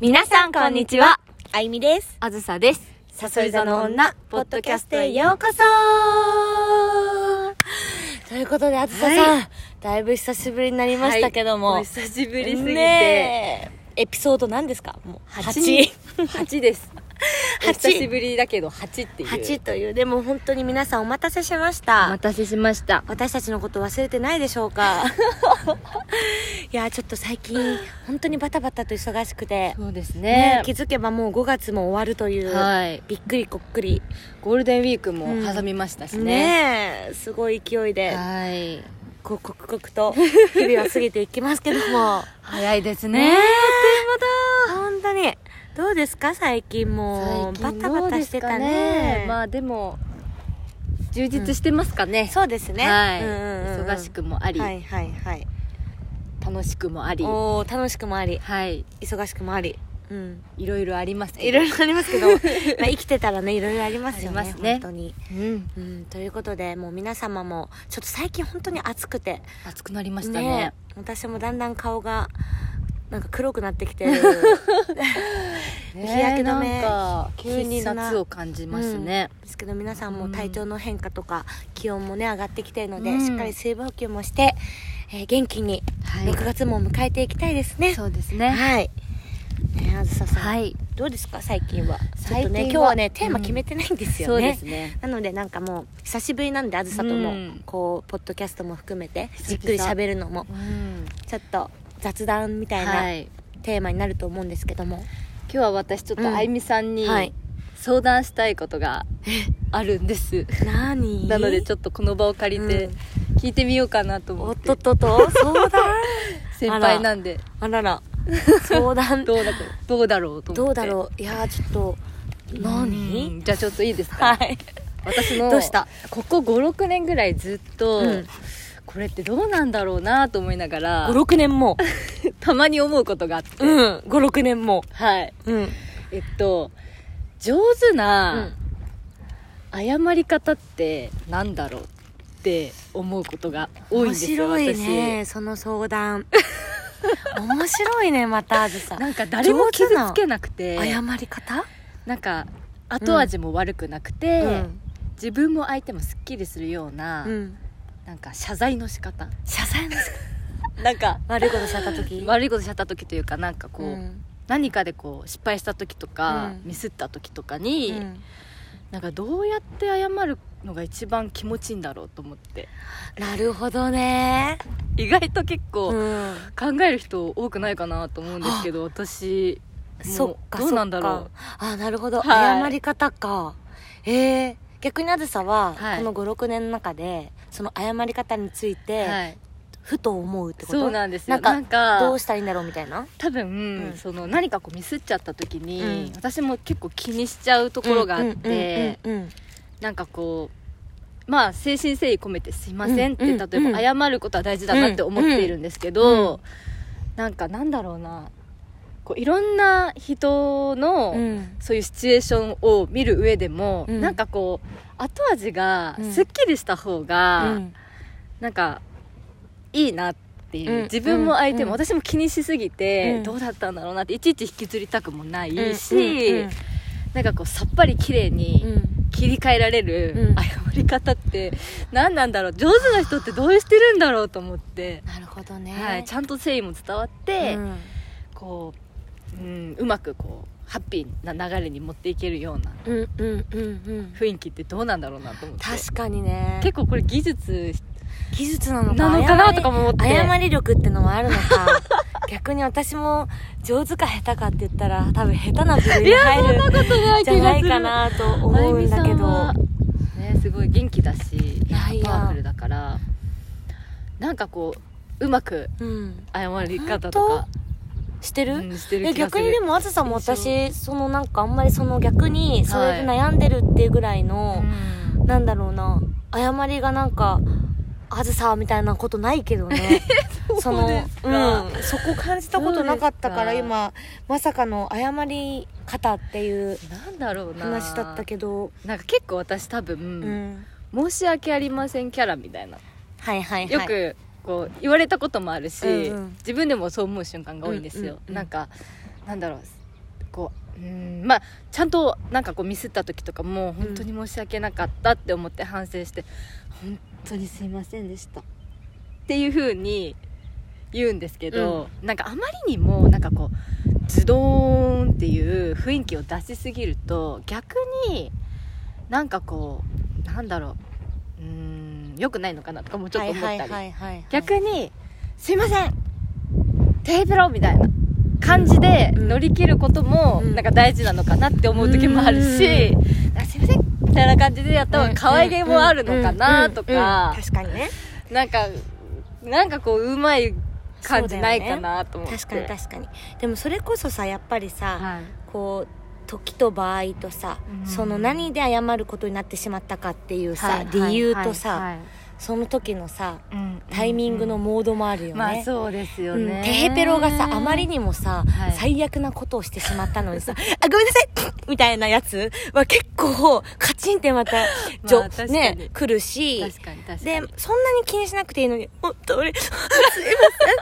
皆さんこんにちは。あゆみです。あずさです。誘い座の女、ポッドキャストへようこそということで、あずささん、だいぶ久しぶりになりましたけども。はいお久しぶりすぎて。ねえエピソード何ですかもう8 8。。 8です。お八久 しぶりだけど、8っていう。 8という、でも本当に皆さんお待たせしましおた。待たせしました。私たちのこと忘れてないでしょう かいや、ちょっと最近、本当にバタバタと忙しくて、そうですねねえ。気づけばもう5月も終わるという、はい。びっくりこっくり。ゴールデンウィークもうん挟みましたしね。ねえ、すごい勢いで、はい。こう、刻々 と、日々は過ぎていきますけども。早いですえね。という間だ。本当に。どうですか最近も最う。近バタバどうタでしすてかたねね。。まあでも、充実してますかね。そうですね。はい。うんうんうん忙しくもあり、はいはいはい。楽しくもあり、おお楽しくもあり、はい。忙しくもあり。うん。いろいろありますけど。いろいろありますけど、まあ生きてたらね、いろいろありますよね。ありますね本当に。 うん。うん、ということで、もう皆様も、ちょっと最近本当に暑くて、暑くなりましたねね。私もだんだん顔がなんか黒くなってき てね日焼け止めなんか急に必須な夏を感じますね、ですけど皆さんも体調の変化とか気温もね上がってきてるので、うんしっかり水分補給もして、えー元気にはい6月も迎えていきたいですね、そうですはねい、ねあずささん、はいどうですか最近はちょっ最近はとね今日はねテーうマん決めてないんですそようね、ですねなのでなんかもう久しぶりなんであずさとも、うんこうポッドキャストも含めて々じっくり喋るのもうんちょっと雑談みたいな、はいテーマになると思うんですけども今日は私ちょっうとんあゆみさんにはい相談したいことがあるんです、何なのでちょっょっとこの場を借りてうん聞いてみようかなと思おっ、ってとっとっと相談先輩なんであらら相談どうだとどうだろうと思ってどうだろういやーちょっとう何んじゃあちょっといいですか、はい私のどうしたここ56年ぐらいずっと、うんこれってどうなんだろうなと思いながら56年もたまに思うことがあって、うん56年もはいうんえっと上手な謝り方ってなんだろうって思うことが多いん面ですよ白いねその相談面白いねまたあずさ私なんか誰も傷つけなくて謝り方なんか後味も悪くなくて、うん自分も相手もすっきりするような、うんなんか謝罪の仕方謝罪の仕方なんか悪いことしちゃった時悪いことしちゃった時というかなんかこう、うん何かでこう失敗した時とか、うんミスった時とかに、うんなんかどうやって謝るのが一番気持ちいいんだろうと思ってなるほどね意外と結う構ん考える人多くないかなと思うんですけど、私もうそっかどうなんだそっろかあなるほど、はい謝り方かええ逆にあずさは、はい、この56年の中でその謝り方についうて、はい、ふと思うってことそうなんですよななんんかかどうしたらいいんだろうみたいな多分、うんその何かこうミスっちゃった時に、うん私も結構気にしちゃうところがあって、うんうんうんうんなんかこうまあ誠心誠意込めて「すいません」って、うん例えば謝ることは大事だなって思っているんですけど、なんかなんだろうなこういろんな人の、うんそういうシチュエーションを見る上でも、うんなんかこう後味がうんすっきりした方が、うんなんかいいなっていう、うん自分も相手も、うん私も気にしすぎて、うんどうだったんだろうなっていちいち引きずりたくもないし、うんなんかこうさっぱり綺麗に、うん切り替えられうるん謝り方って何なんだろう上手な人ってどうしてるんだろうと思って、なるほどね、はい、ちゃんと誠意も伝わって、うんこう、うん、うまくこうハッピーな流れに持っていけるようなうんうんうんうん雰囲気ってどうなんだろうなと思って確かにね結構これ技術技術なのかなのか謝なりとかも思って謝り力ってのもあるのか 逆に私も上手か下手かって言ったら多分下手な部類に入るんことないじゃないかなと思うんだけどねすごい元気だしやいやパワフルだからなんかこううまくうん謝り方とか、してる、うんしてるえ気がす逆るにでもあずさも私そのなんかあんまりその逆にそれで悩んでるっていうぐらいの、うんなんだろうな謝りがなんかあずさみたいなことないけど ねそのそうですかうん、そこ感じたことなかったからそうですか今まさかの謝り方っていうなんだろうな話だったけど、なんか結構私多うん分、申し訳ありませんキャラみたいなはいはいはいよくこう言われたこともあるし、うんうん自分でもそう思う瞬間が多いんですよ、うんうんうんなんかなんだろうこううんまあちゃんとなんかこうミスった時とかもう本当に申し訳なかったって思って反省して、本当にすいませんでしたっていう風に言うんですけど、なんかあまりにもなんかこうズドーンっていう雰囲気を出しすぎると逆になんかこうなんだろううーん良くないのかなとかもちょっと思ったり、いはいはい逆に「すいませんテーブルを」みたいな感じでうん乗り切ることもうんなんか大事なのかなって思う時もあるし「あすいません」みたいな感じでやった方が可愛げもあるのかなとうんかうん確かにねなんかなんかこううまい感じないかなと思って確かに確かにでもそれこそさやっぱりさ、はいこう時と場合とさ、うんその何で謝ることになってしまったかっていうさ、はい理由とさ、はいはいその時のさうんタイミングのモードもあるよね、まあそうですようんねテヘペロがさあまりにもさ、はい最悪なことをしてしまったのにさ 「あごめんなさい!」みたいなやつは結構カチンってま た、じょ確かにね来るし確かに確かでにそんなに気にしなくていいのに「本当に すいま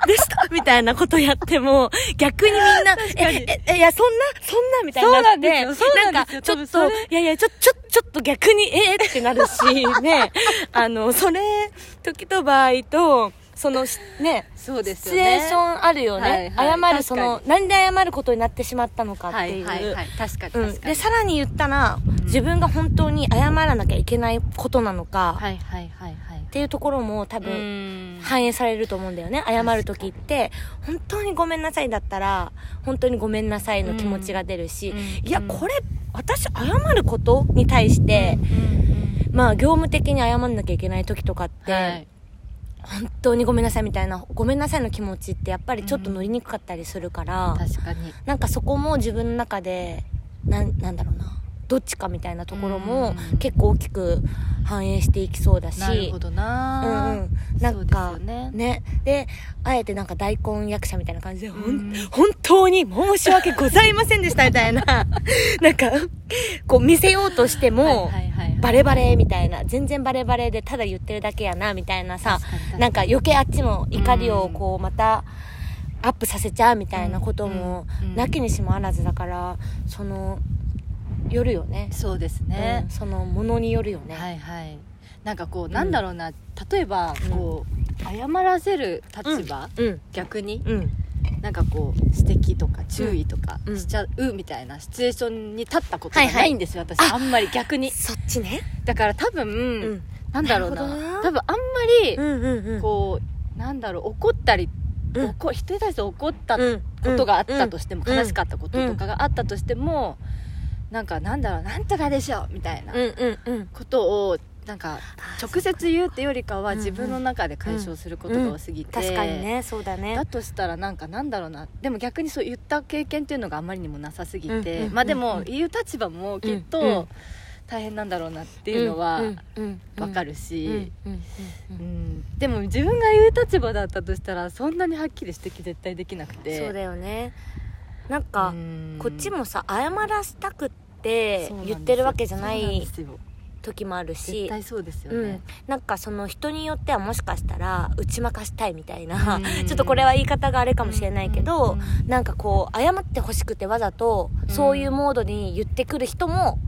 せんでした」みたいなことやっても逆にみん な「えええいやそんなそんな」みたいになってそうなんですよそうなんですよかちょっ多分とそれいやいやちょちょちょっと逆に「ええってなるしねあのそれ時と場合とそのしねそうですシチよュねエーションあるよね、はいはい謝るそのなんで謝ることになってしまったのかっはてい、いうはいはい確かにうん、確かでにさらに言ったら、自分が本当に謝らなきゃいけないことなのか、はいはいはいはいっていうところも多分、分反映されると思うんだよね謝る時って本当にごめんなさいだったら本当にごめんなさいの気持ちが出るし、うんいやうんこれ私謝ることに対して、まあ業務的に謝んなきゃいけない時とかって、はい本当にごめんなさいみたいなごめんなさいの気持ちってやっぱりちょっと乗りにくかったりするから、確かになんかそこも自分の中でなんなんだろうなどっちかみたいなところもうん結構大きく反映していきそうだし。なるほどなうんうんなんかそうですよねねであえてなんか大根役者みたいな感じで、ほんうん本当に申し訳ございませんでしたみたいな なんかこう見せようとしても、はいはいはいはいバレバレみたいな全然バレバレでただ言ってるだけやなみたいなさ確かに確かになんか余計あっちも怒りをこうまたアップさせちゃうみたいなこともうんうんうんなきにしもあらずだからそのよるよねそうですうねん、そのものによるよね、はいはいなんかこう、んなんだろうな例えばうんこう謝らせる立場、うん逆にうんなんかこう指摘とか注意とかうんしちゃうみたいなシチュエーションに立ったことはいがはいないんですよ、私ああんまり逆にそっちね、だから多分、うんなんだろうななるほどな多分あんまりんうんうんこうなんだろう怒ったり、うん怒人に対して怒ったこうんとがあったとしても、うん悲しかったこととかがあったとしても、なんかなんだろうなんとかでしょみたいなうんうんうんことをなんか直接言うってよりかはうんうん自分の中で解消することが多すぎて、確かにねそうだねだとしたらなんかなんだろうなでも逆にそう言った経験っていうのがあまりにもなさすぎて、うんうんうんまあでも言う立場もきっうんうとん大変なんだろうなっていうのはわかるし。うんうんうんうんうんでも自分が言う立場だったとしたらそんなにはっきり指摘絶対できなくてそうだよねなんうかんこっちもさ謝らせたくってそうなんです言よってるわけじゃなそうなんでいすよ時もある絶し対そうですようねん、なんかその人によってはもしかしたら打ち負かしたいみたいな、うん ちょっとこれは言い方があれかもしれないけど、うんなんかこう謝ってほしくてわざとうんそういうモードに言ってくる人も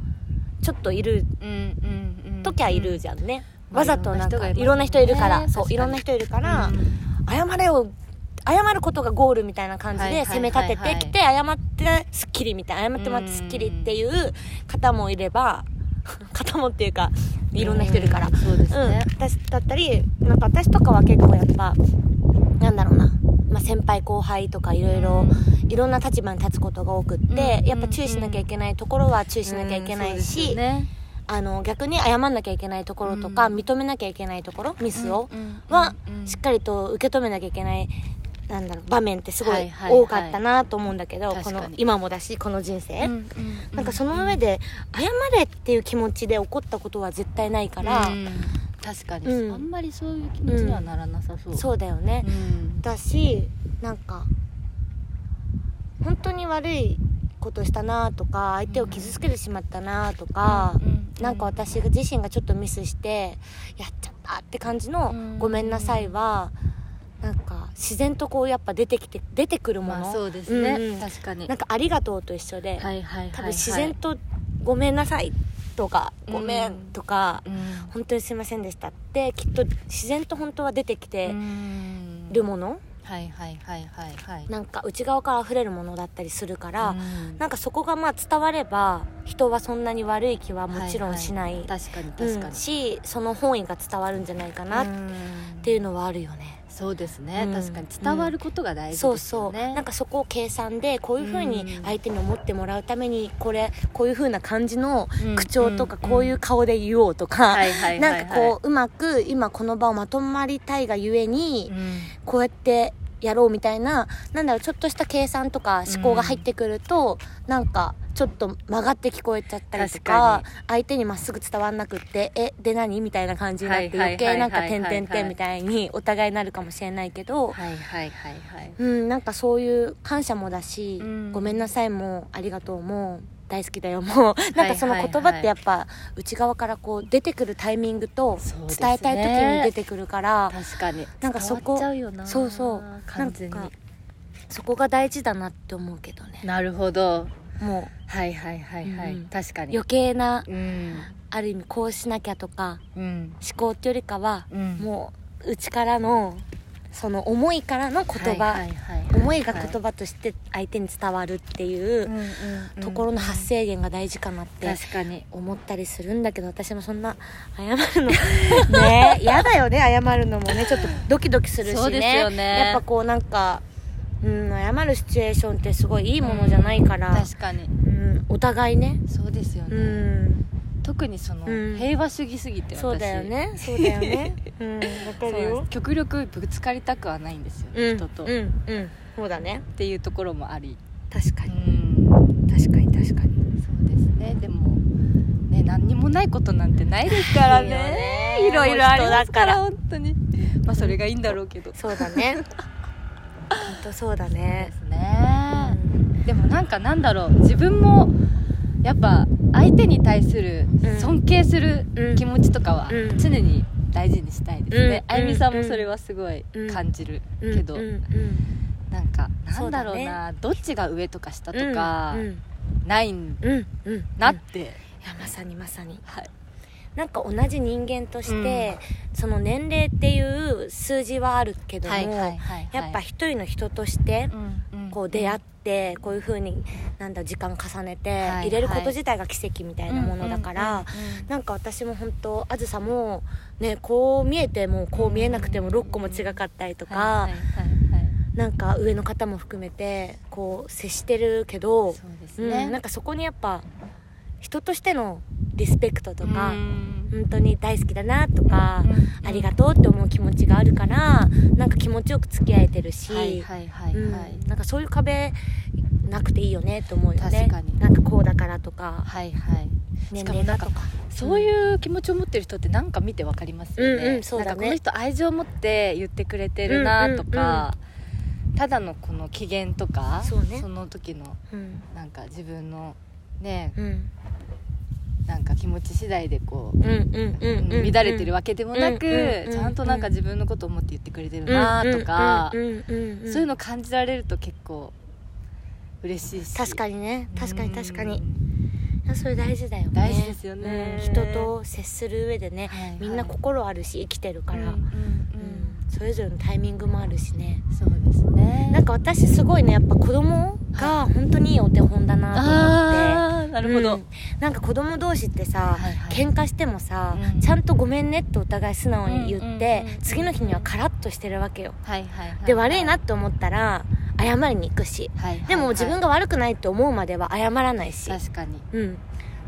ちょっといるうんうんうん時はいるじゃんね、うんわざとなんまあかいいろろんんなな人人いいるるかかららねそうい確ろんかにな人いるかうんら、謝れよ謝ることがゴールみたいな感じはいはでいは攻いはめい立ててきて謝ってすっきりみたいな謝ってもらってすっきりっていう方もいれば 方もっていうかいろんな人いるから、うんそうですうんね、私だったりなんか私とかは結構やっぱなんだろうな、まあ、先輩後輩とかいろいろいろんな立場に立つことが多くって、うんやっぱ注意しなきゃいけないところは注意しなきゃいけないし、うんそうですよねあの逆に謝んなきゃいけないところとか、うん認めなきゃいけないところミスを、うんうんはうんうんしっかりと受け止めなきゃいけないなんだろう場面ってすごはいいはい多かったなと思うんだけど、はいこの確かに今もだしこの人生、うんうなんかその上で謝れっていう気持ちで怒ったことは絶対ないから、うん確かに、うんあんまりそういう気持ちにはならなさそう、そうだよね、うんだしなんか本当に悪いことしたなとか相手を傷つけてしまったなとか、うんなんか私自身がちょっとミスしてやっちゃったって感じのうんごめんなさいはなんか自然とこうやっぱ出てきて出てくるもの、まあそうですね、うんうん確かになんか「ありがとう」と一緒で、はいはいはい、はい、多分自然と「ごめんなさい」とか「うんごめん」とか、うん本当にすいませんでした」ってきっと自然と本当は出てきてるもの、はいはいはいはいはいなんか内側から溢れるものだったりするから、うんなんかそこがまあ伝われば人はそんなに悪い気はもちろんしない、はは確かに確かに、うんしその本意が伝わるんじゃないかなっうんていうのはあるよね、そうですね、うん確かに伝わることが大事そうですそようね、なんかそこを計算でこういうふうにうん相手に思ってもらうためにこれこういうふうな感じのうん口調とかうんこういう顔で言おうとか、いはなんかこううまく今この場をまとまりたいがゆえにう、んこうやってやろうみたいななんだろうちょっとした計算とか思考が入ってくると、なんかちょっと曲がって聞こえちゃったりとか確相手にまっすぐ伝わんなくって「えで何?」みたいな感じになってはいはい余計はいはいなんか「はいてんてんてん」みたいにお互いになるかもしれないけど、はいはいはいはいうん、なんかそういう感謝もだし「うんごめんなさい」も「ありがとう」も「大好きだよ」もなんかその言葉ってやっぱ内側からこう出てくるタイミングとそうですね伝えたい時に出てくるから。確かになんかそこ伝わっちゃうよなそうそう完全にななんかそこが大事だなって思うけどねるほどもはいはいはいはい、うん確かうに余計なうんある意味こうしなきゃとかうん思考ってよりかは、うんもう内からのその思いからの言葉、はいはいはいはい思いが言葉として相手に伝わるっていううんうんうんところの発生源が大事かなって確かに思ったりするんだけど私もそんな謝 るのね嫌だよね謝るのもねちょっとドキドキするしねそうですよねやっぱこうなんか、うん、謝るシチュエーションってすごいいいものじゃないから、確かにうん、お互いねそうですようね、ん特にその、うん平和主義すぎて私そうだよねそうだよ ねうんわかるそうなんよです極力ぶつかりたくはないんですよ、うん人と、うんっうんそうだねていうところもあり、確かにん、確かに確かにそうですねでもね何にもないことなんてないですからね いいよねいろいろありますからも本当にまあそれがいいんだろうけどそうだね本 当そうだでねすね、でもなんかなんだろう自分もやっぱ相手に対するうん尊敬するうん気持ちとかはうん常に大事にしたいですね、うんあゆみさんもそれはすごい感じるうんけど、うんうんなんかなそうんだろだうねなどっちが上とか下とかうんないんうんうんなうんっいて、やまさにまさにはいなんか同じ人間として、その年齢っていう数字はあるけども、はいやっぱ一人の人としてこう出会っってこういう風になんだ時間重ねてはい入れること自体が奇跡みたたいなものだから、なんか私も本当あずさもねこう見えてもこう見えなくても6個も違かったりとか、なんか上の方も含めてこう接してるけどそうですう、ん、なねんかそこにやっぱ人としてのリスペクトとか、うん本当に大好きだなとか、うんありがとうって思う気持ちがあるからなんか気持ちよく付き合えてるし、はいはいはいうんはいなんかそういう壁なくていいよねと思うよね確かになんかこうだからとかはいはい年しかも齢ながんかとかそういう気持ちを持ってる人ってなんか見てわかりますよね、うんうんそうだねなんかこの人愛情を持って言ってくれてるなとか、ただのこの機嫌とかそうねの時のうんなんか自分のねうんなんか気持ち次第でこううんうんうんうん乱れてるわけでもなく、うんうんうんちゃんとなんか自分のことを思って言ってくれてるなとか、うんうんうんうんうんそういうの感じられると結構嬉しいし確かにね確かに確かに、ういんやそれ大事だよね大事ですよねうん人と接する上でね、はいはいみんな心あるし生きてるから、うんうんうんそれぞれのタイミングもあるしねうんそうですねなんか私すごいねやっぱ子供が本当にいいお手本だなと思って、ああーなるほうど、んなんか子供同士ってさ、はいはい喧嘩してもさ、うんちゃんと「ごめんね」ってお互い素直に言って、うんうんうん次の日にはカラッとしてるわけよはいはいはいで悪いなって思ったら謝りに行くしはいはいはいでも自分が悪くないって思うまでは謝らないし、確かにうん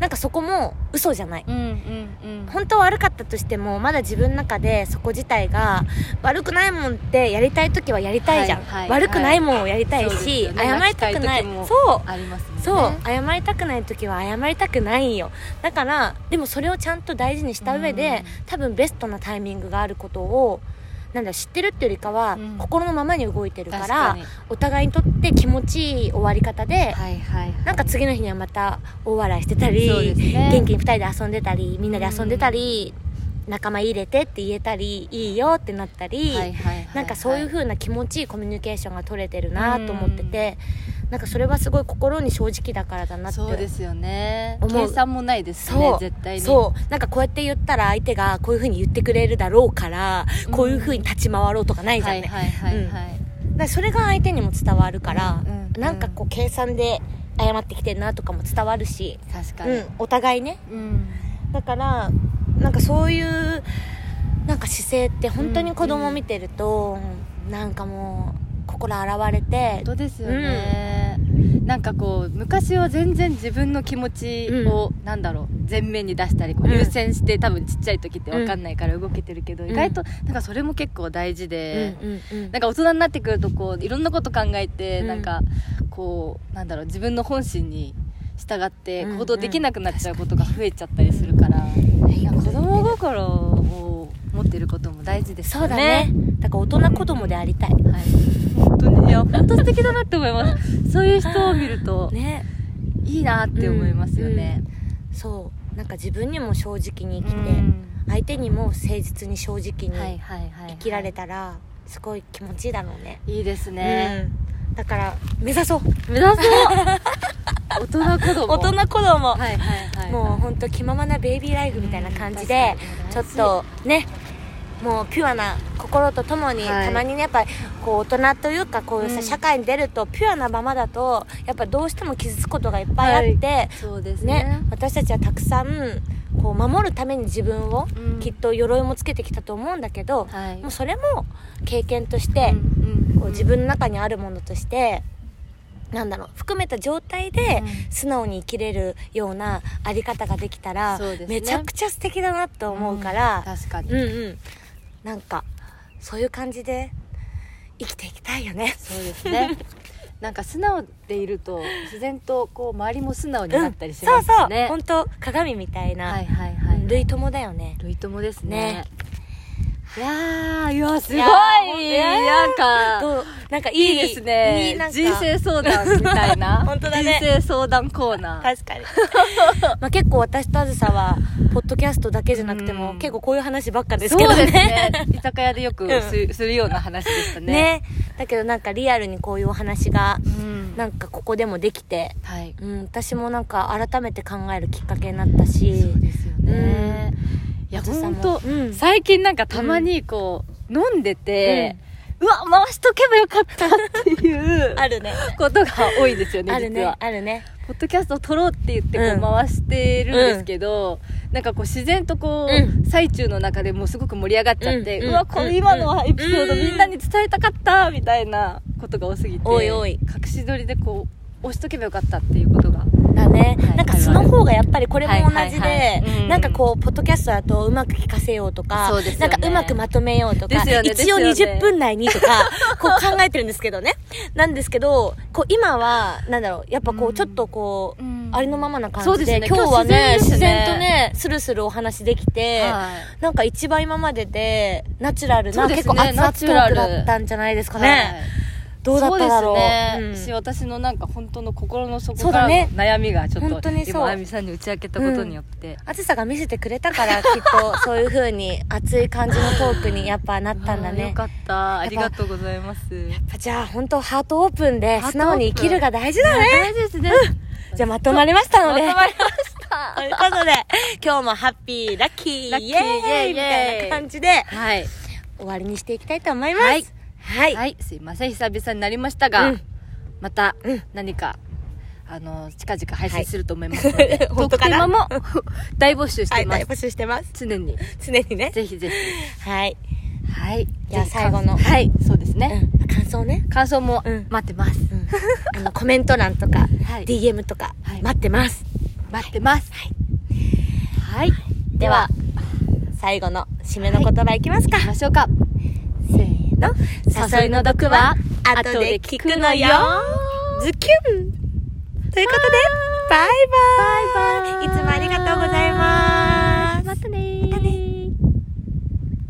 なんかそこも嘘じゃないうんうんうん本当は悪かったとしてもまだ自分の中でそこ自体が悪くないもんってやりたい時はやりたいじゃん、はいはいはい悪くないもんをやりたいそうし、ですよね謝りたくない泣きたい時もそうありますねそう、謝りたくない時は謝りたくないんよだからでもそれをちゃんと大事にした上で、多分ベストなタイミングがあることをなんだ知ってるっていうよりかは、うん心のままに動いてるから確にお互いにとって気持ちいい終わり方で、はいはいはいなんか次の日にはまた大笑いしてたり、そうですね元気に2人で遊んでたりみんなで遊んでたり、仲間入れてって言えたりいいよってなったり、はいはいはいなんかそういう風な気持ちいいコミュニケーションが取れてるなと思ってて、なんかそれはすごい心に正直だからだなってそうですよね思う計算もないですしそねう絶対にそうなんかこうやって言ったら相手がこういう風に言ってくれるだろうから、うんこういう風に立ち回ろうとかないじゃんはね、いはいはいはい、だからそれが相手にも伝わるから、うんうんうんなんかこう計算で謝ってきてるなとかも伝わるし、確かうにん、お互いねうん、だからなんかそういうなんか姿勢って本当に子供見てると、なんかもう心洗われて本当ですよね、なんかこう昔は全然自分の気持ちを、なんだろう前面に出したりこううん優先して、多分ちっちゃい時って分かんないから動けてるけど、ん意外となんかそれも結構大事で、うんうんうんなんか大人になってくるとこういろんなこと考えて、うんなんかこうなんだろう自分の本心に従ってうんうん行動できなくなっちゃうことが増えちゃったりするから、なんか子供心を持ってることも大事ですよそうだねだから大人子供でありたいはい、本当にいや本当素敵だなって思いますそういう人を見るとねいいなって思いますよね、そうなんか自分にも正直に生きて、うん相手にも誠実に正直はいにはいはい、生きられたら、すごい気持ちいいだろうねいいですね、うん、だから目指そう目指そう大人子 供大人子供、はいはいはいもう本当気ままなベイビーライフみたいな感じで、うんちょっとねもうピュアな心とともに、はいたまにねやっぱりこう大人というかこういうさ、うん社会に出るとピュアなままだとやっぱどうしても傷つくことがいっぱいあって、そうですねね、私たちはたくさんこう守るために自分を、うんきっと鎧もつけてきたと思うんだけど、はいもうそれも経験として、うんこう自分の中にあるものとして、なんだろう含めた状態でうん素直に生きれるようなあり方ができたら、そうですねめちゃくちゃ素敵だなと思うから、確かに、うん、うんなんかそういう感じで生きていきたいよね。そうです ねなんか素直でいると自然とこう周りも素直になったりしそまうすそう、ね、本当鏡みたいな、はいはいはい、類友だよね。類友ですねねいやーいやーすごいいやーなんかどうなんかいいいいですいねいなんか人生相談みたいな 本当だね人生相談コーナー確かに まあ結構私とあずさはポッドキャストだけじゃなくても、うん結構こういう話ばっかですけどそうねですね居酒屋でよくうんす,、するような話でしたねねだけどなんかリアルにこういうお話がうんなんかここでもできて、はいうん、私もなんか改めて考えるきっかけになったしそうですよね、いやあずさ本も当、うん最近なんかたまにこう、飲んでて、うわ回しとけばよかったっていう あるねことが多いんですよねある実ねはあるねポッドキャストを撮ろうって言ってこううん回してるんですけど、なんかこう自然とこう、う最中の中でもうすごく盛り上がっちゃって、ううんうんわこれ今のエピソードうんみんなに伝えたかったみたいなことが多すぎておいおい隠し撮りでこう押しとけばよかったっていうことがだね、はいなんかその方がやっぱりこれも同じで、はいはいはいうんなんかこうポッドキャストだとうまく聞かせようとかそうですなよねんかうまくまとめようとか、ですよね一応ですよね20分内にと かこう考えてるんですけどねなんですけどこう今はなんだろうやっぱこううんちょっとこう、うんありのままな感そうじですでよね今日はね今日自自然然ですねとねスルスルお話できて、はいなんか一番今まででナチュラルそな、うです結ね構熱々トークだったんじゃないですかね、どうだっただろうそうでんすね、し私のなんか本当の心の底そうかだらねの悩みがちょっ本当とにそう今あゆみさんに打ち明けたことによって、暑さが見せてくれたからきっ とそういう風に熱い感じのトークにやっぱなったんだあーねよやかったありがとうございまっすぱじゃあ本当ハートオープンでハートオープン素直に生きるが大事だね大事ですね、じゃあまとまりましたので まとまりま ということで今日もハッピーラッキーラッキーイエーイみイエーイたいな感じではい終わりにしていきたいと思いますはいはい、はい、すいません久々になりましたが、うんまたうん何か、あの近々配信すると思いますので、ト本ー当クテかーなマも 大募集しはています、大募集してます常に常にねぜひぜひはい、はいじゃあぜひ最後のはいそうですうね、ん、感想 ね感想もうん待ってます、あのコメント欄とか、はい DM とかはい待ってます、待ってますはい、では最後の締めの言葉いきますか、行きましょうかせーの誘いの毒は後で聞くのよズキュンということでバイバイバイバイいつもありがとうございます